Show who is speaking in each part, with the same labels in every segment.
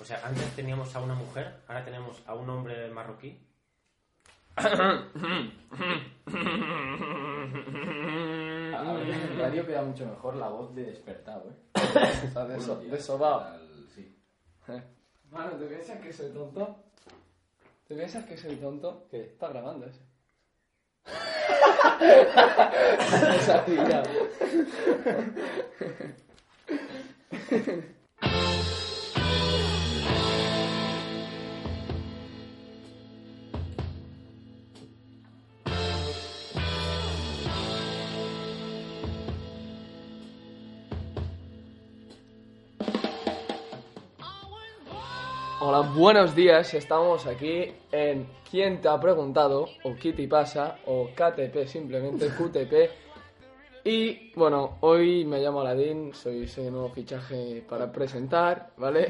Speaker 1: O sea, antes teníamos a una mujer, ahora tenemos a un hombre marroquí.
Speaker 2: A ver, en el radio queda mucho mejor la voz de despertado, ¿eh? Está de, so- de sobao.
Speaker 3: Sí.
Speaker 2: Mano, ¿te piensas que soy tonto? ¿Te piensas que soy tonto? Que está grabando eso. Nos ha pillado. Hola, buenos días. Estamos aquí en ¿Quién te ha preguntado? o ¿Qué te pasa? o KTP simplemente, QTP. Y bueno, hoy me llamo Aladín, soy ese nuevo fichaje para presentar, ¿vale?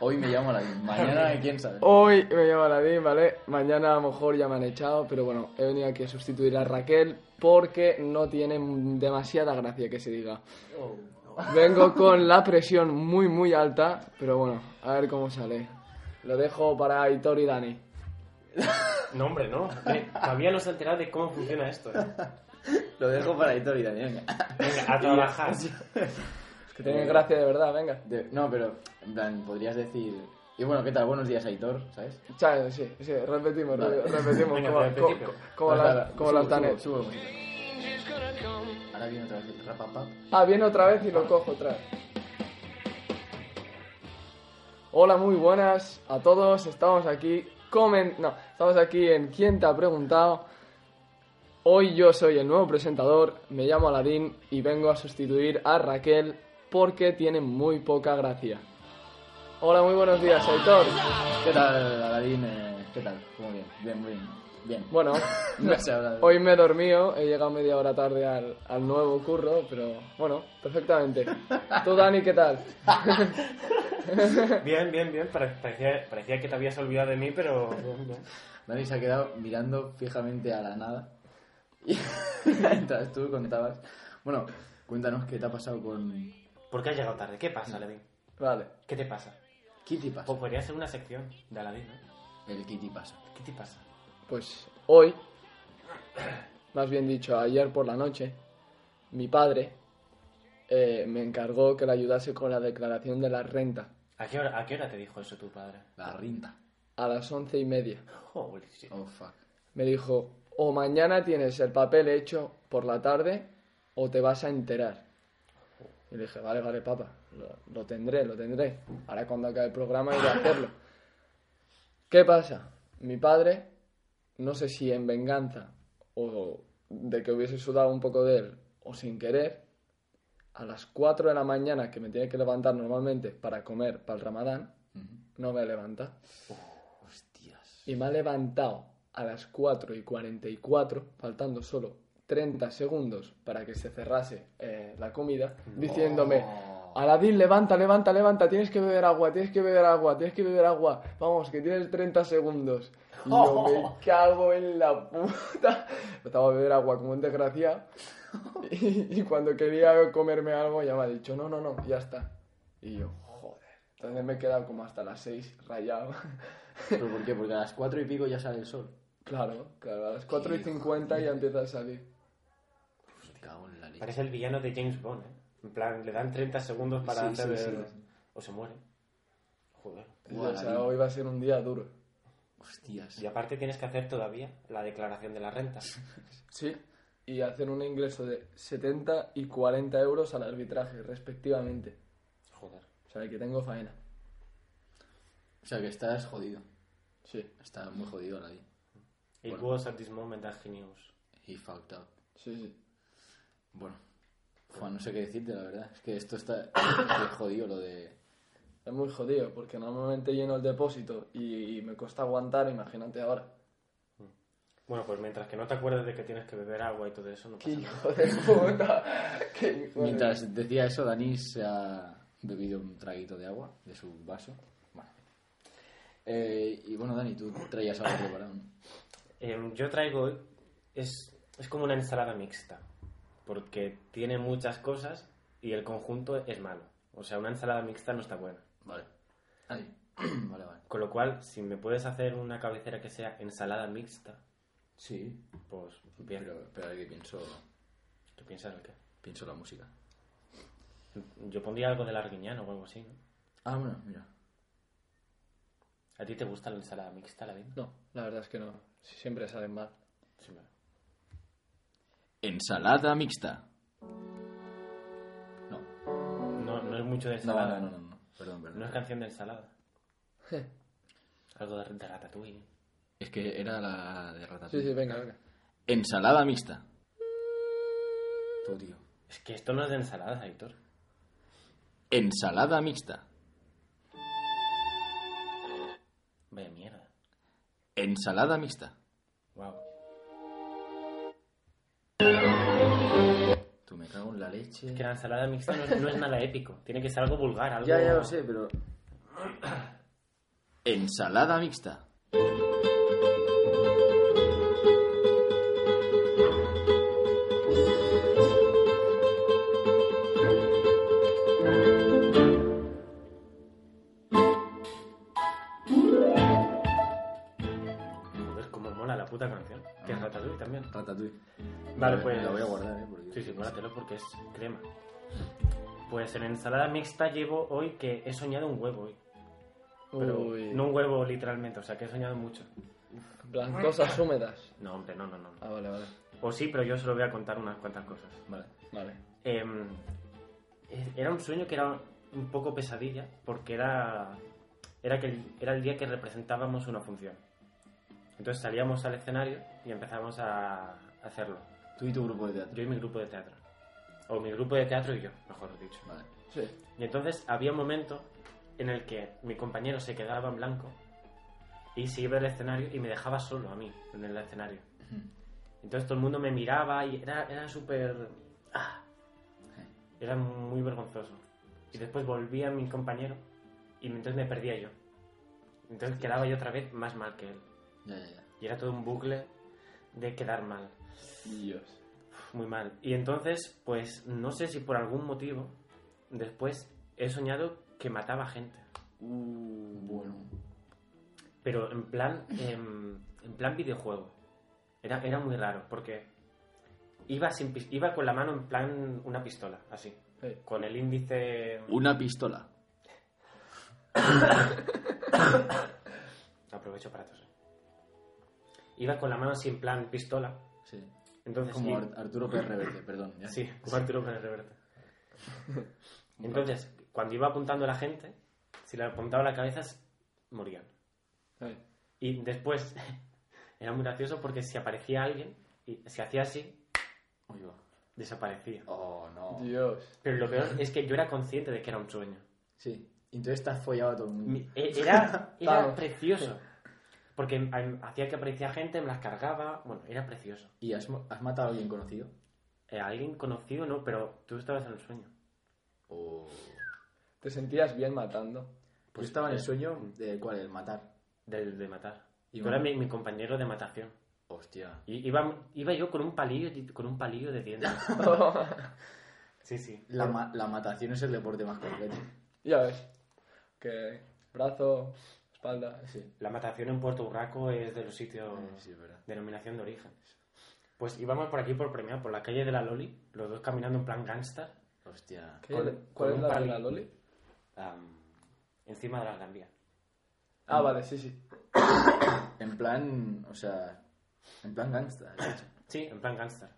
Speaker 3: Hoy me llamo la Mañana, quién sabe.
Speaker 2: Hoy me llamo Aladín, ¿vale? Mañana a lo mejor ya me han echado, pero bueno, he venido aquí a sustituir a Raquel porque no tiene demasiada gracia que se diga. Vengo con la presión muy, muy alta, pero bueno, a ver cómo sale. Lo dejo para Aitor y Dani.
Speaker 1: No, hombre, no. Eh, Todavía no se ha enterado de cómo funciona esto. eh.
Speaker 3: Lo dejo para Hitor y Daniel.
Speaker 1: Venga, a trabajar.
Speaker 2: Que tienen gracia de verdad, venga.
Speaker 3: De- no, pero, en plan, podrías decir. Y bueno, ¿qué tal? Buenos días, Aitor, ¿sabes?
Speaker 2: Chao, sí, sí, repetimos,
Speaker 3: Vale.
Speaker 2: repetimos.
Speaker 1: Venga,
Speaker 2: como-
Speaker 1: repetid.
Speaker 2: co- como
Speaker 3: Ahora,
Speaker 2: las,
Speaker 3: ahora,
Speaker 2: como
Speaker 3: subo,
Speaker 2: las Danes.
Speaker 3: subo, subo música. Ahora viene otra vez el rapapap.
Speaker 2: Ah, viene otra vez y lo cojo otra vez. Hola, muy buenas a todos. Estamos aquí. Comen... No, estamos aquí en ¿Quién te ha preguntado? Hoy yo soy el nuevo presentador. Me llamo Aladín y vengo a sustituir a Raquel porque tiene muy poca gracia. Hola, muy buenos días, Aitor.
Speaker 3: ¿Qué tal, Aladín? Eh, ¿Qué tal? ¿Cómo bien? Bien, muy bien. Bien.
Speaker 2: Bueno,
Speaker 3: no sé hablar.
Speaker 2: hoy me he dormido. He llegado media hora tarde al, al nuevo curro, pero bueno, perfectamente. ¿Tú, Dani, qué tal?
Speaker 1: Bien, bien, bien. Pare- Parecía, parecía que te habías olvidado de mí, pero... bien, bien.
Speaker 3: Dani se ha quedado mirando fijamente a la nada. Y mientras tú contabas. Bueno, cuéntanos qué te ha pasado con.
Speaker 1: ¿Por qué has llegado tarde? ¿Qué pasa, Aladín?
Speaker 2: Vale.
Speaker 1: ¿Qué te pasa?
Speaker 3: ¿Qué te pasa?
Speaker 1: Pues podría ser una sección de Aladín, ¿no?
Speaker 3: El ¿Qué te pasa?
Speaker 1: ¿Qué te pasa?
Speaker 2: Pues hoy, más bien dicho, ayer por la noche, mi padre eh, me encargó que le ayudase con la declaración de la renta
Speaker 1: ¿A qué hora, a qué hora te dijo eso tu padre?
Speaker 3: La rinta.
Speaker 2: a las once y media.
Speaker 1: Holy shit.
Speaker 3: Oh, fuck.
Speaker 2: Me dijo, o mañana tienes el papel hecho por la tarde o te vas a enterar. Y le dije, vale, vale, papá, lo, lo tendré, lo tendré. Ahora cuando acabe el programa iré a hacerlo. ¿Qué pasa? Mi padre, no sé si en venganza o de que hubiese sudado un poco de él o sin querer, a las 4 de la mañana que me tiene que levantar normalmente para comer para el ramadán, no me levanta.
Speaker 3: Hostias.
Speaker 2: Y me ha levantado a las 4 y 44, faltando solo 30 segundos para que se cerrase eh, la comida, diciéndome, Aladín, levanta, levanta, levanta, tienes que beber agua, tienes que beber agua, tienes que beber agua, vamos, que tienes 30 segundos. Y yo me cago en la puta. Estaba a beber agua como un desgraciado. Y, y cuando quería comerme algo ya me ha dicho, no, no, no, ya está. Y yo, joder. Entonces me he quedado como hasta las 6 rayado.
Speaker 3: ¿Pero por qué? Porque a las cuatro y pico ya sale el sol.
Speaker 2: Claro, claro, a las 4 y
Speaker 3: Hijo
Speaker 2: 50 ya empieza a salir.
Speaker 3: Pues Me cago en la leche.
Speaker 1: Parece el villano de James Bond, ¿eh? En plan, le dan 30 segundos para
Speaker 3: Sí,
Speaker 1: hacer...
Speaker 3: sí, sí.
Speaker 1: O se muere. Joder.
Speaker 3: Guau,
Speaker 2: o sea,
Speaker 3: David.
Speaker 2: hoy va a ser un día duro.
Speaker 3: Hostias.
Speaker 1: Y aparte tienes que hacer todavía la declaración de la renta.
Speaker 2: Sí. Y hacer un ingreso de 70 y 40 euros al arbitraje, respectivamente.
Speaker 1: Joder.
Speaker 2: O sea, que tengo faena.
Speaker 3: O sea que estás jodido.
Speaker 2: Sí,
Speaker 3: Estás muy jodido, Aladín.
Speaker 1: It
Speaker 3: Bueno.
Speaker 1: was at this moment that he knew.
Speaker 3: He fucked up.
Speaker 2: sí, sí.
Speaker 3: Bueno, Juan, no sé qué decirte, la verdad. Es que esto está es jodido lo de
Speaker 2: Es muy jodido, porque normalmente lleno el depósito y, y me cuesta aguantar, imagínate ahora.
Speaker 1: Bueno, pues mientras que no te acuerdes de que tienes que beber agua y todo eso, no
Speaker 2: ¡Qué
Speaker 1: pasa nada.
Speaker 2: hijo de puta! ¡Qué hijo de-
Speaker 3: Mientras decía eso, Dani se ha bebido un traguito de agua de su vaso. Bueno. Eh, y bueno, Dani, tú traías algo preparado, ¿no?
Speaker 1: Em, yo traigo hoy- es, es como una ensalada mixta, porque tiene muchas cosas y el conjunto es malo. O sea, una ensalada mixta no está buena.
Speaker 3: Vale. Ahí. vale, vale.
Speaker 1: Con lo cual, si me puedes hacer una cabecera que sea ensalada mixta,
Speaker 3: Sí.
Speaker 1: pues bien.
Speaker 3: Pero, pero ahí pienso,
Speaker 1: ¿Tú piensas en qué?
Speaker 3: pienso la música.
Speaker 1: Yo pondría algo de larguiñano o algo así, ¿no?
Speaker 3: Ah, bueno, mira.
Speaker 1: ¿A ti te gusta la ensalada mixta, la vida?
Speaker 2: No, la verdad es que no. Si Siempre salen mal.
Speaker 1: Sí, me-
Speaker 3: Ensalada mixta. No.
Speaker 1: no, no es mucho de
Speaker 3: No,
Speaker 1: ensalada.
Speaker 3: no, no, no, no. Perdón, perdón.
Speaker 1: No es canción de ensalada. Algo de, de ratatouille.
Speaker 3: Es que era la de Ratatouille.
Speaker 2: Sí, sí, venga, venga.
Speaker 3: Ensalada mixta. Tú, tío.
Speaker 1: Es que esto no es de ensaladas, Aitor.
Speaker 3: Ensalada mixta.
Speaker 1: Vaya mierda.
Speaker 3: Ensalada mixta.
Speaker 1: Wow.
Speaker 3: Tú me cago en la leche.
Speaker 1: Que la ensalada mixta no, no es nada épico. Tiene que ser algo vulgar, algo...
Speaker 3: Ya, ya lo sé, pero. Ensalada mixta.
Speaker 1: Joder, cómo mola la puta canción. Que es ratatouille también.
Speaker 3: Ratatouille.
Speaker 1: Vale,
Speaker 3: La-
Speaker 1: pues...
Speaker 3: Ah. La voy a guardar, ¿eh? Porque...
Speaker 1: Sí, sí, guárdatelo porque es crema. Pues en ensalada mixta llevo hoy que he soñado un huevo hoy. Pero
Speaker 2: Uy,
Speaker 1: no un huevo literalmente, o sea que he soñado mucho.
Speaker 2: blancosas húmedas.
Speaker 1: No, hombre, no, no, no.
Speaker 2: Ah, vale, vale.
Speaker 1: O sí, pero yo solo voy a contar unas cuantas cosas.
Speaker 3: Vale.
Speaker 2: Vale.
Speaker 1: Em, eh, era un sueño que era un poco pesadilla porque era, era, que, el- era el día que representábamos una función. Entonces salíamos al escenario y empezábamos a hacerlo.
Speaker 3: Tú y tu grupo de teatro.
Speaker 1: Yo y mi grupo de teatro. O mi grupo de teatro y yo, mejor dicho.
Speaker 3: Vale.
Speaker 2: Sí.
Speaker 1: Y entonces había un momento en el que mi compañero se quedaba en blanco y se iba del escenario y me dejaba solo a mí en el escenario. Entonces todo el mundo me miraba y era, era súper... ah, era muy vergonzoso. Y después volvía mi compañero y entonces me perdía yo. Entonces quedaba yo otra vez más mal que él.
Speaker 3: Ya, ya, ya.
Speaker 1: Y era todo un bucle de quedar mal.
Speaker 2: Dios.
Speaker 1: Muy mal. Y entonces, pues no sé si por algún motivo, después he soñado que mataba gente.
Speaker 3: Uh, bueno.
Speaker 1: Pero en plan, em, en plan videojuego. Era, era muy raro, porque iba, sin, pis- iba con la mano en plan una pistola, así.
Speaker 2: Hey.
Speaker 1: Con el índice...
Speaker 3: Una pistola.
Speaker 1: Aprovecho para toser. Iba con la mano así en plan pistola.
Speaker 3: Sí.
Speaker 1: Entonces,
Speaker 3: Como ¿eh?
Speaker 1: iba-
Speaker 3: Ar- Arturo Pérez Reverte, perdón. ya.
Speaker 1: Sí, como Arturo Pérez Reverte. Entonces, cuando iba apuntando a la gente, si le apuntaba a la cabeza, s- morían.
Speaker 2: Hey.
Speaker 1: Y después, era muy gracioso porque si aparecía alguien, y si hacía así,
Speaker 3: Ahí va.
Speaker 1: desaparecía.
Speaker 3: Oh, no.
Speaker 2: Dios.
Speaker 1: Pero lo peor es que yo era consciente de que era un sueño.
Speaker 3: Sí. Entonces te has follado a todo el mundo.
Speaker 1: Mi- e- Era, era
Speaker 2: Vamos.
Speaker 1: precioso. Porque em, hacía que aparecía gente, me las cargaba. Bueno, era precioso.
Speaker 3: ¿Y has, mo- has matado a alguien conocido?
Speaker 1: Eh, alguien conocido, ¿no? Pero tú estabas en el sueño.
Speaker 3: O...
Speaker 2: ¿Te sentías bien matando?
Speaker 3: Pues estaba en el sueño de cuál, el matar.
Speaker 1: Del de matar.
Speaker 3: Y
Speaker 1: tú eras mi,
Speaker 3: bueno.
Speaker 1: mi compañero de matación.
Speaker 3: Hostia.
Speaker 1: Y iba, iba yo con un palillo con un palillo de dientes. sí, sí.
Speaker 3: La, ma- la matación es el deporte más completo.
Speaker 2: ya ves. Que brazo, espalda.
Speaker 3: Sí.
Speaker 1: La matación en Puerto Urraco es de los sitios
Speaker 3: Sí, es verdad.
Speaker 1: denominación de origen. Pues íbamos por aquí por premiar, por la calle de la Loli, los dos caminando en plan gangster,
Speaker 3: Hostia.
Speaker 2: ¿Qué?
Speaker 1: Con- con
Speaker 2: ¿Cuál
Speaker 1: un
Speaker 2: es la de
Speaker 1: palillo.
Speaker 2: la Loli?
Speaker 1: am, encima de la Gran Vía.
Speaker 2: Ah, vale, sí, sí.
Speaker 3: En plan, o sea, en plan gangsta, de hecho.
Speaker 1: Sí, en plan gangster.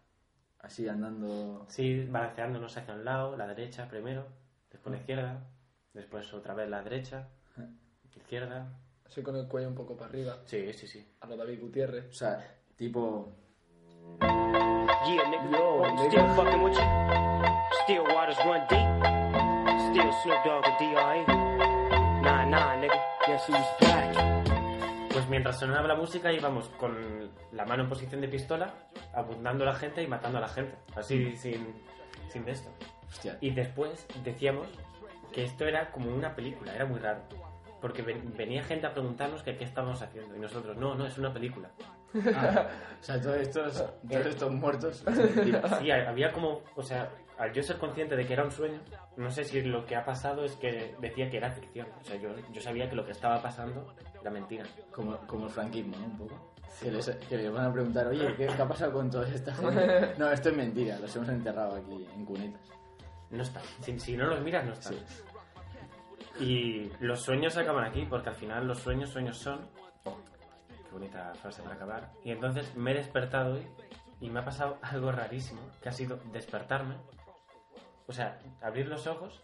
Speaker 3: Así andando.
Speaker 1: Sí, balanceándonos hacia un lado, la derecha primero, después la izquierda, después otra vez la derecha, izquierda.
Speaker 2: Así con el cuello un poco para arriba.
Speaker 1: Sí, sí, sí.
Speaker 2: A lo David Gutiérrez.
Speaker 3: O sea, tipo.
Speaker 4: Yeah, nigga.
Speaker 2: Yo,
Speaker 4: I'm
Speaker 2: nigga.
Speaker 4: still fucking with you. Still waters run deep. Still Snoop Dogg and D.R.E. Nah, nah, nigga. Guess who's back?
Speaker 1: Pues mientras sonaba la música íbamos con la mano en posición de pistola, apuntando a la gente y matando a la gente. Así, sin, sin de esto.
Speaker 3: Hostia.
Speaker 1: Y después decíamos que esto era como una película, era muy raro. Porque ven- venía gente a preguntarnos que qué estábamos haciendo. Y nosotros, no, no, es una película.
Speaker 3: Ah, o sea, todos estos, todos estos muertos. son mentiras.
Speaker 1: Sí, ha- había como, o sea, al yo ser consciente de que era un sueño, no sé si lo que ha pasado es que decía que era ficción. O sea, yo, yo sabía que lo que estaba pasando era mentira.
Speaker 3: Como, como el franquismo, ¿no? Un poco. Que, les, que les van a preguntar, oye, ¿qué, qué ha pasado con toda esta gente? No, esto es mentira, los hemos enterrado aquí en cunetas.
Speaker 1: No están. Si, si no los miras, no están. Y los sueños acaban aquí, porque al final los sueños, sueños son. Oh, qué bonita frase para acabar. Y entonces me he despertado hoy y me ha pasado algo rarísimo, que ha sido despertarme. O sea, abrir los ojos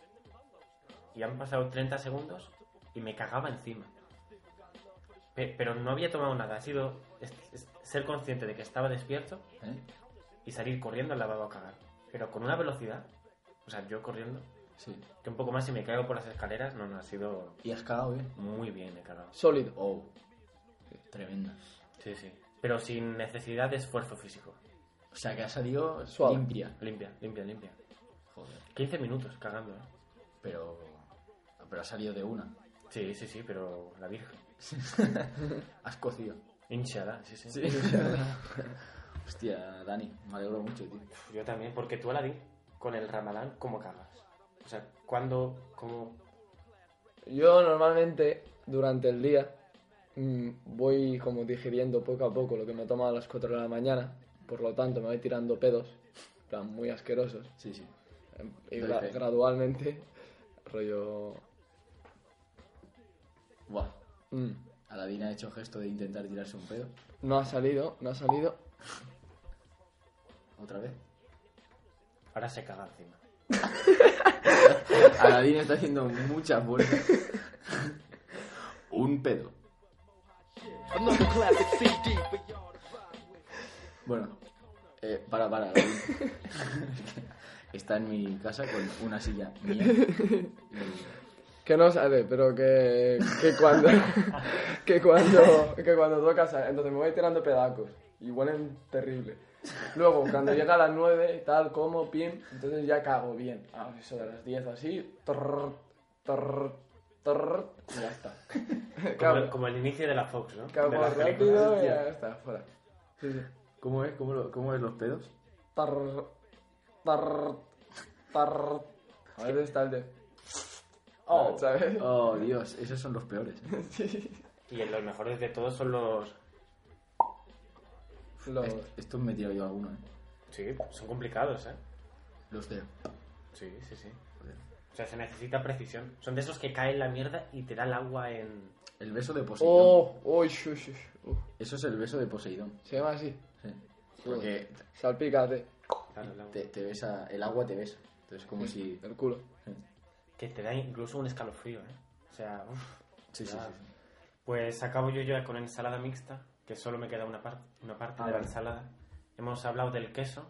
Speaker 1: y han pasado 30 segundos y me cagaba encima. Pe- Pero no había tomado nada, ha sido es- es- ser consciente de que estaba despierto
Speaker 3: ¿eh?
Speaker 1: y salir corriendo al lavabo a cagar. Pero con una velocidad, o sea, yo corriendo,
Speaker 3: Sí.
Speaker 1: que un poco más si me caigo por las escaleras, no, no, ha sido
Speaker 3: ¿Y has cagado bien?
Speaker 1: muy bien, he cagado.
Speaker 2: Sólido.
Speaker 3: Oh, tremendo.
Speaker 1: Sí, sí. Pero sin necesidad de esfuerzo físico.
Speaker 3: O sea, que ha salido
Speaker 2: Suave.
Speaker 3: limpia.
Speaker 1: Limpia, limpia, limpia.
Speaker 3: Joder,
Speaker 1: 15 minutos cagando, ¿eh?
Speaker 3: pero, pero ha salido de una.
Speaker 1: Sí, sí, sí, pero la Virgen.
Speaker 3: Has cocido.
Speaker 1: Hinchada, sí, sí.
Speaker 3: Hostia, Dani, me alegro mucho, tío.
Speaker 1: Uf, Yo también, porque tú, Aladín, con el ramalán, ¿cómo cagas? O sea, ¿cuándo, cómo...?
Speaker 2: Yo normalmente durante el día mm, voy como digiriendo poco a poco lo que me he tomado a las 4 de la mañana, por lo tanto me voy tirando pedos, en plan muy asquerosos,
Speaker 3: Sí, sí.
Speaker 2: em, y
Speaker 3: Doy
Speaker 2: gra-
Speaker 3: fe.
Speaker 2: gradualmente, rollo...
Speaker 3: Buah,
Speaker 2: mm,
Speaker 3: Aladín ha hecho gesto de intentar tirarse un pedo.
Speaker 2: no ha salido, no ha salido,
Speaker 3: Otra vez.
Speaker 1: Ahora se caga encima.
Speaker 3: Aladín está haciendo muchas vueltas. un pedo.
Speaker 4: Another classic CD for y'all.
Speaker 3: Bueno, eh, para, para. Aladín. está en mi casa con una silla mía.
Speaker 2: que no sale, pero que, que cuando... que cuando... que cuando toca sale. entonces me voy tirando pedacos, y huelen terrible. Luego, cuando llega a las 9 y tal, como, pim, entonces ya cago bien. A eso de las 10 o así, torr, torr, torr, y ya está.
Speaker 1: Como,
Speaker 2: Cago,
Speaker 1: como el inicio de la Fox, ¿no?
Speaker 2: cago
Speaker 1: de las películas.
Speaker 2: rápido y ya está, fuera. Sí, sí.
Speaker 3: ¿Cómo es? ¿Cómo, lo- cómo es los pedos?
Speaker 2: Tarr, tarr, tarr. A veces está el de...
Speaker 3: Oh.
Speaker 2: ¿Sabes?
Speaker 3: Oh, Dios, esos son los peores. eh.
Speaker 2: Sí.
Speaker 1: Y los mejores de todos son los...
Speaker 2: Los-
Speaker 3: Est- Estos me he tirado yo alguno, eh.
Speaker 1: Sí, son complicados, ¿eh?
Speaker 3: Los de.
Speaker 1: Sí, sí, sí.
Speaker 3: Joder.
Speaker 1: O sea, se necesita precisión. Son de esos que caen la mierda y te da el agua en.
Speaker 3: El beso de Poseidón.
Speaker 2: Oh, oh, shu, shu, shu. Uh,
Speaker 3: Eso es el beso de Poseidón.
Speaker 2: Se llama así.
Speaker 3: Sí. Porque
Speaker 2: Salpícate
Speaker 1: Claro, el agua.
Speaker 3: te, te besa, el agua te besa. Entonces es como si...
Speaker 2: el culo.
Speaker 1: Que te da incluso un escalofrío, ¿eh? O sea, uff.
Speaker 3: Sí, sí, sí.
Speaker 1: Ya.
Speaker 3: sí.
Speaker 1: Pues acabo yo ya con ensalada mixta, que solo me queda una, par- una parte
Speaker 3: Ah,
Speaker 1: de la
Speaker 3: vale.
Speaker 1: ensalada. Hemos hablado del queso,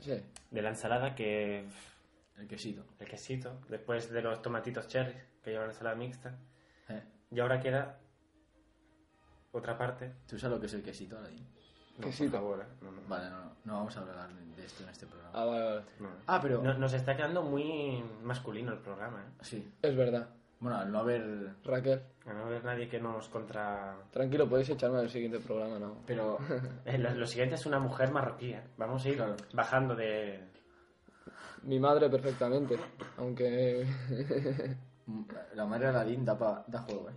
Speaker 2: Sí.
Speaker 1: de la ensalada que.
Speaker 3: El quesito.
Speaker 1: el quesito, después de los tomatitos cherry que llevan ensalada mixta.
Speaker 3: Eh,
Speaker 1: Y ahora queda. otra parte.
Speaker 3: ¿Tú sabes lo que es el quesito, Aladín?
Speaker 1: No,
Speaker 2: Quesito.
Speaker 1: por favor, ¿eh? No, no.
Speaker 3: Vale, no, no, no vamos a hablar de esto en este programa.
Speaker 2: Ah, vale, vale.
Speaker 1: no, no.
Speaker 3: Ah, pero...
Speaker 1: No- nos está quedando muy masculino el programa, ¿eh?
Speaker 3: Sí.
Speaker 2: Es verdad.
Speaker 3: Bueno, al no haber...
Speaker 2: Raquel,
Speaker 1: A no haber nadie que nos contra...
Speaker 2: tranquilo, podéis echarme al siguiente programa, ¿no?
Speaker 3: Pero...
Speaker 1: Eh, lo, lo siguiente es una mujer marroquí, ¿eh? Vamos a ir
Speaker 3: Claro.
Speaker 1: bajando de...
Speaker 2: Mi madre perfectamente, aunque...
Speaker 3: mm, La madre de Aladín da, pa- da juego, eh.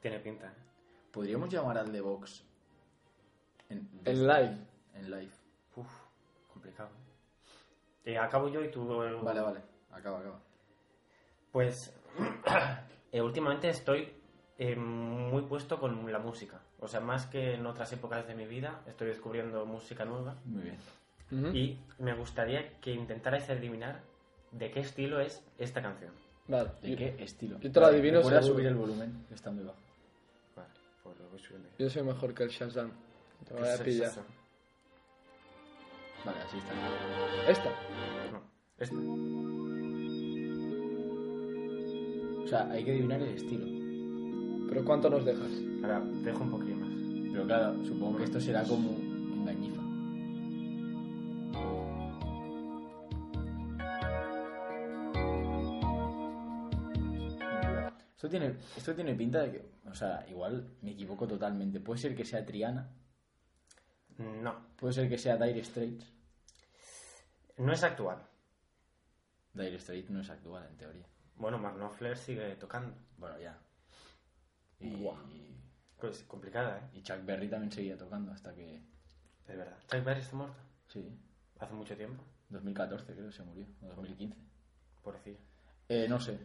Speaker 1: Tiene pinta.
Speaker 3: Podríamos llamar al de Vox. En,
Speaker 2: En live.
Speaker 3: En live.
Speaker 1: Uf, complicado. Eh, acabo yo y tú... eh,
Speaker 3: Vale, vale. Acaba, acaba.
Speaker 1: Pues eh, últimamente estoy eh, muy puesto con la música. O sea, más que en otras épocas de mi vida, estoy descubriendo música nueva.
Speaker 3: Muy bien.
Speaker 2: Ujú.
Speaker 1: Y me gustaría que intentarais adivinar de qué estilo es esta canción.
Speaker 2: Vale.
Speaker 3: ¿De qué estilo?
Speaker 2: yo te lo adivino
Speaker 3: Recuerda
Speaker 2: seguro.
Speaker 3: subir el volumen, que está muy bajo.
Speaker 1: Vale, pues lo voy subiendo.
Speaker 2: Yo soy mejor que el Shazam. Te voy a
Speaker 1: ¿Qué es
Speaker 2: pillar.
Speaker 1: eso?
Speaker 3: Vale, así está.
Speaker 2: Esta.
Speaker 1: No, esta.
Speaker 3: O sea, hay que adivinar el estilo.
Speaker 2: ¿Cuánto nos dejas?
Speaker 1: Ahora, te dejo un poquillo más.
Speaker 3: Pero claro, supongo que esto será como engañifa. Esto tiene, esto tiene pinta de que, o sea, igual me equivoco totalmente. Puede ser que sea Triana,
Speaker 1: No,
Speaker 3: puede ser que sea Dire Straits.
Speaker 1: no es actual.
Speaker 3: Dire Straits no es actual en teoría.
Speaker 1: Bueno, Mark Knopfler sigue tocando.
Speaker 3: Bueno, ya. Y,
Speaker 2: Guau.
Speaker 1: Pues complicada, ¿eh?
Speaker 3: y Chuck Berry también seguía tocando hasta que.
Speaker 1: Es verdad. Chuck Berry está muerto.
Speaker 3: Sí,
Speaker 1: Hace mucho tiempo,
Speaker 3: 2014 creo que se murió, o 2015.
Speaker 1: pobrecillo.
Speaker 3: Eh, no sé.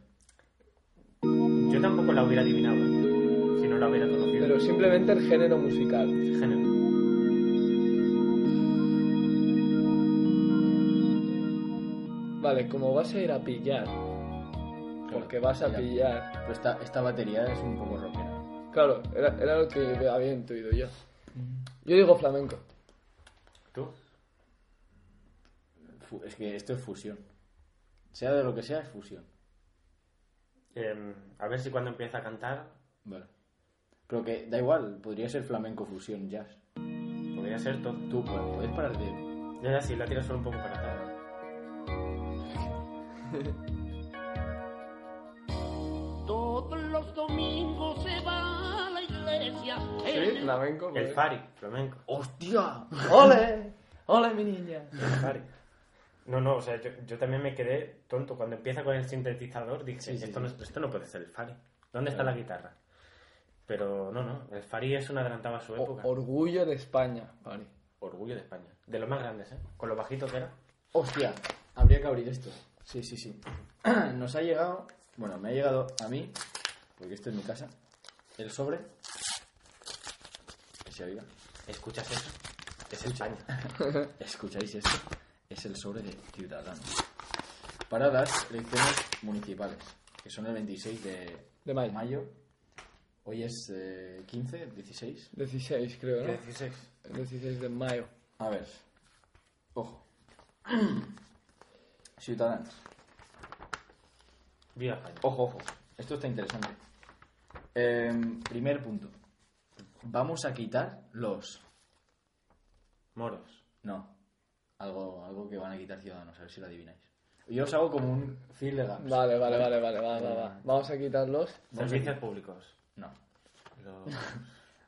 Speaker 1: Yo tampoco la hubiera adivinado ¿eh? si no la hubiera conocido.
Speaker 2: Pero simplemente el género musical.
Speaker 1: Género.
Speaker 2: Vale, como vas a ir a pillar, porque vas a
Speaker 3: Ya.
Speaker 2: pillar.
Speaker 3: Pero Pues esta, esta batería es un poco rockera.
Speaker 2: Claro, era, era lo que había intuido yo. Yo digo flamenco.
Speaker 1: ¿Tú?
Speaker 3: Fu- Es que esto es fusión. Sea de lo que sea, es fusión.
Speaker 1: Eh, a ver si cuando empieza a cantar
Speaker 3: Vale. Creo que da igual, podría ser flamenco fusión jazz.
Speaker 1: podría ser todo.
Speaker 3: Tú pu- puedes parar de.
Speaker 1: Ya, ya, sí, la tiro solo un poco para atrás.
Speaker 4: Todos los domingos se va a la iglesia.
Speaker 2: Sí, flamenco.
Speaker 1: Eh, El
Speaker 2: pues.
Speaker 1: Fari, flamenco.
Speaker 3: ¡Hostia!
Speaker 2: ¡Ole! ¡Ole, mi niña!
Speaker 1: El Fari. No, no, o sea, yo, yo también me quedé tonto. Cuando empieza con el sintetizador dije,
Speaker 3: Sí, sí,
Speaker 1: esto,
Speaker 3: sí.
Speaker 1: No, esto no puede ser el Fari. ¿Dónde está la guitarra? Pero no, no, el Fari es un adelantado a su
Speaker 2: O-
Speaker 1: época.
Speaker 2: orgullo de España, Fari.
Speaker 1: Orgullo de España. De los más grandes, ¿eh? Con lo bajito que era.
Speaker 3: ¡Hostia! Habría que abrir esto. Sí, sí, sí. Nos ha llegado. Bueno, me ha llegado a mí, porque esto es mi casa. El sobre. Que se oiga.
Speaker 1: ¿Escuchas eso? Es España.
Speaker 3: ¿Escucháis esto? Es el sobre de Ciudadanos. Para las elecciones municipales, que son el 26 de,
Speaker 2: De mayo.
Speaker 3: Hoy es eh, 15, 16.
Speaker 2: 16, creo, ¿no?
Speaker 1: 16.
Speaker 2: El 16 de mayo.
Speaker 3: A ver. Ojo. Ciudadanos.
Speaker 1: Viva España.
Speaker 3: Ojo, ojo. Esto está interesante. Em, primer punto. Vamos a quitar los.
Speaker 1: Moros.
Speaker 3: No. Algo, algo que van a quitar Ciudadanos, a ver si lo adivináis. Yo os hago como un fil de gaps.
Speaker 2: Vale, vale, vale, vale, va, va, va. Vamos a quitarlos.
Speaker 3: Vamos a
Speaker 1: Servicios públicos.
Speaker 3: No.
Speaker 1: Los-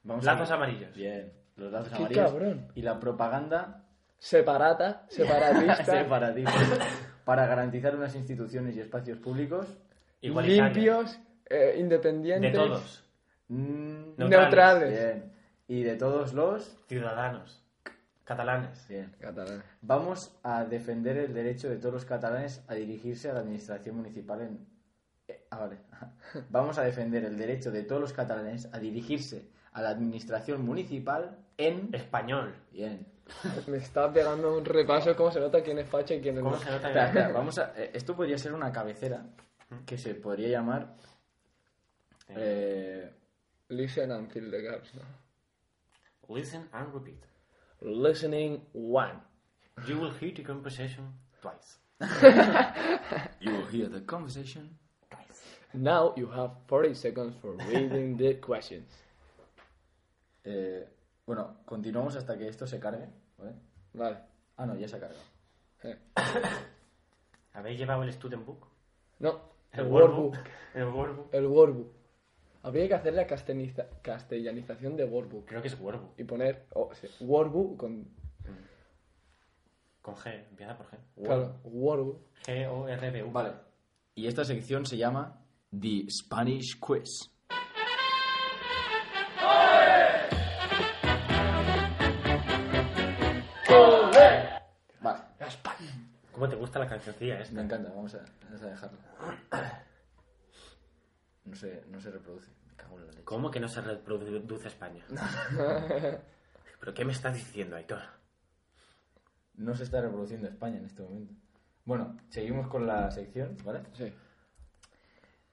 Speaker 3: Vamos
Speaker 1: Lazos
Speaker 3: a-
Speaker 1: amarillos.
Speaker 3: Bien, los lazos
Speaker 2: Qué
Speaker 3: amarillos.
Speaker 2: cabrón.
Speaker 3: Y la propaganda
Speaker 2: Separata, separatista,
Speaker 3: separatista para garantizar unas instituciones y espacios públicos
Speaker 1: Igualitarios.
Speaker 2: limpios, eh, independientes.
Speaker 1: De todos.
Speaker 3: mm,
Speaker 1: No.
Speaker 2: Neutrales.
Speaker 3: bien. Y de todos los,
Speaker 1: Ciudadanos. Catalanes.
Speaker 3: bien.
Speaker 2: Catalán.
Speaker 3: Vamos a defender el derecho de todos los catalanes a dirigirse a la administración municipal en eh, ah, vale. Vamos a defender el derecho de todos los catalanes a dirigirse a la administración municipal en
Speaker 1: Español.
Speaker 3: bien.
Speaker 2: Me está pegando un repaso cómo se nota quién es facha y quién es
Speaker 1: ¿Cómo
Speaker 2: no.
Speaker 1: se nota?
Speaker 3: Espera,
Speaker 1: que-
Speaker 3: espera, vamos a. eh, Esto podría ser una cabecera que se podría llamar. eh,
Speaker 2: Listen and fill the gaps, ¿no?
Speaker 1: Listen and repeat.
Speaker 2: Listening one.
Speaker 1: You will hear the conversation twice.
Speaker 3: you will hear the conversation.
Speaker 2: Now you have 40 seconds for reading the questions.
Speaker 3: Eh, bueno, continuamos hasta que esto se cargue. ¿vale?
Speaker 2: Vale.
Speaker 3: Ah, no, ya se ha cargado.
Speaker 2: Eh,
Speaker 1: ¿Habéis llevado el student book?
Speaker 2: No, el
Speaker 1: workbook.
Speaker 2: workbook.
Speaker 1: El workbook.
Speaker 2: El workbook. Habría que hacer la casteniza- castellanización de workbook.
Speaker 1: Creo que es workbook.
Speaker 2: Y poner oh, sí, workbook con...
Speaker 1: Con G. Empieza por G.
Speaker 2: Claro, workbook.
Speaker 1: G-O-R-B-U.
Speaker 3: Vale. Y esta sección se llama The Spanish Quiz. Vale,
Speaker 1: ¿Cómo te gusta la eh? cancioncilla esta?
Speaker 3: me encanta, vamos a, vamos a dejarlo. No se, no se reproduce, me cago en la leche.
Speaker 1: ¿Cómo que no se reproduce España? ¿Pero qué me estás diciendo, Aitor?
Speaker 3: No se está reproduciendo España en este momento. Bueno, seguimos con la sección, ¿vale?
Speaker 2: Sí.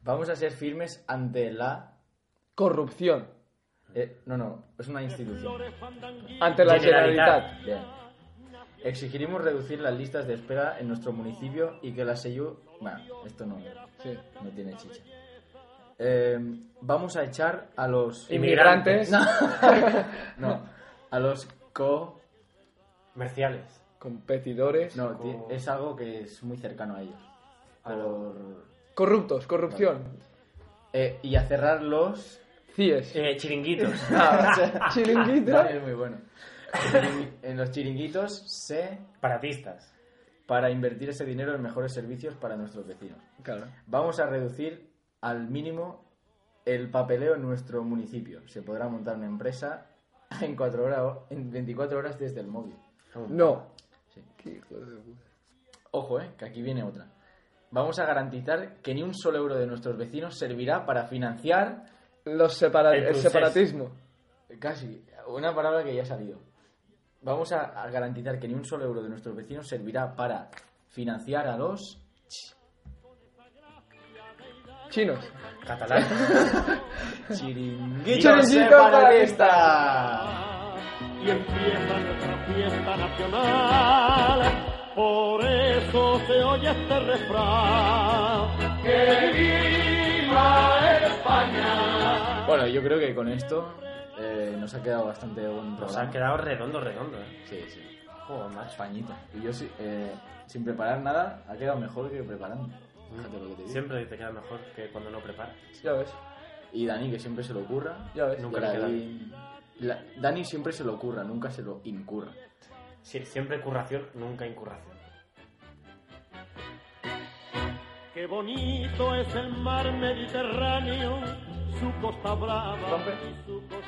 Speaker 3: Vamos a ser firmes ante la...
Speaker 2: Corrupción.
Speaker 3: eh, no, no, es una institución.
Speaker 2: Ante la
Speaker 1: Generalitat.
Speaker 2: generalidad.
Speaker 3: Bien. Exigiremos reducir las listas de espera en nuestro municipio y que la SEIU... Bueno, esto no,
Speaker 2: Sí.
Speaker 3: no tiene chicha. eh, vamos a echar a los...
Speaker 2: Inmigrantes.
Speaker 3: No. no, a los co...
Speaker 1: Comerciales.
Speaker 2: Competidores.
Speaker 3: No, ti- es algo que es muy cercano a ellos. A los...
Speaker 2: Corruptos, corrupción.
Speaker 3: eh, y a cerrar los...
Speaker 2: CIES.
Speaker 1: Eh, chiringuitos.
Speaker 2: Ah, Chiringuito.
Speaker 3: Dale, es muy bueno. En- En los chiringuitos se...
Speaker 1: Paratistas.
Speaker 3: para invertir ese dinero en mejores servicios para nuestros vecinos.
Speaker 2: Claro.
Speaker 3: Vamos a reducir al mínimo el papeleo en nuestro municipio. Se podrá montar una empresa en, cuatro horas, en 24 horas desde el móvil.
Speaker 2: No.
Speaker 3: Sí.
Speaker 2: Qué hijo de puta.
Speaker 3: Ojo, eh, que aquí viene otra. Vamos a garantizar que ni un solo euro de nuestros vecinos servirá para financiar
Speaker 2: Los separa- el
Speaker 1: Entonces-
Speaker 2: separatismo.
Speaker 3: Casi, una palabra que ya ha salido. Vamos a, a garantizar que ni un solo euro de nuestros vecinos servirá para financiar a los...
Speaker 2: Chinos.
Speaker 1: Catalán.
Speaker 3: Chiringuitos
Speaker 2: Chiringuitos
Speaker 3: separatistas.
Speaker 4: y empieza nuestra fiesta nacional. Por eso se oye este refrán.
Speaker 3: Bueno, yo creo que con esto eh, nos ha quedado bastante buen
Speaker 1: Nos ha
Speaker 3: programa.
Speaker 1: quedado redondo, redondo, eh.
Speaker 3: Sí, sí.
Speaker 1: Joder, macho.
Speaker 3: Españita. Y yo sí, eh, sin preparar nada, ha quedado mejor que preparando. Fíjate Ah, lo que te digo.
Speaker 1: Siempre te queda mejor que cuando no preparas.
Speaker 2: Ya ves.
Speaker 3: Y Dani, que siempre se lo ocurra.
Speaker 2: Ya ves.
Speaker 1: Nunca le queda
Speaker 3: Dani siempre se lo ocurra, nunca se lo incurra.
Speaker 1: Sí, siempre curración, nunca incurración.
Speaker 4: Qué bonito es el mar Mediterráneo, su costa brava
Speaker 2: Rompe.
Speaker 4: y su costa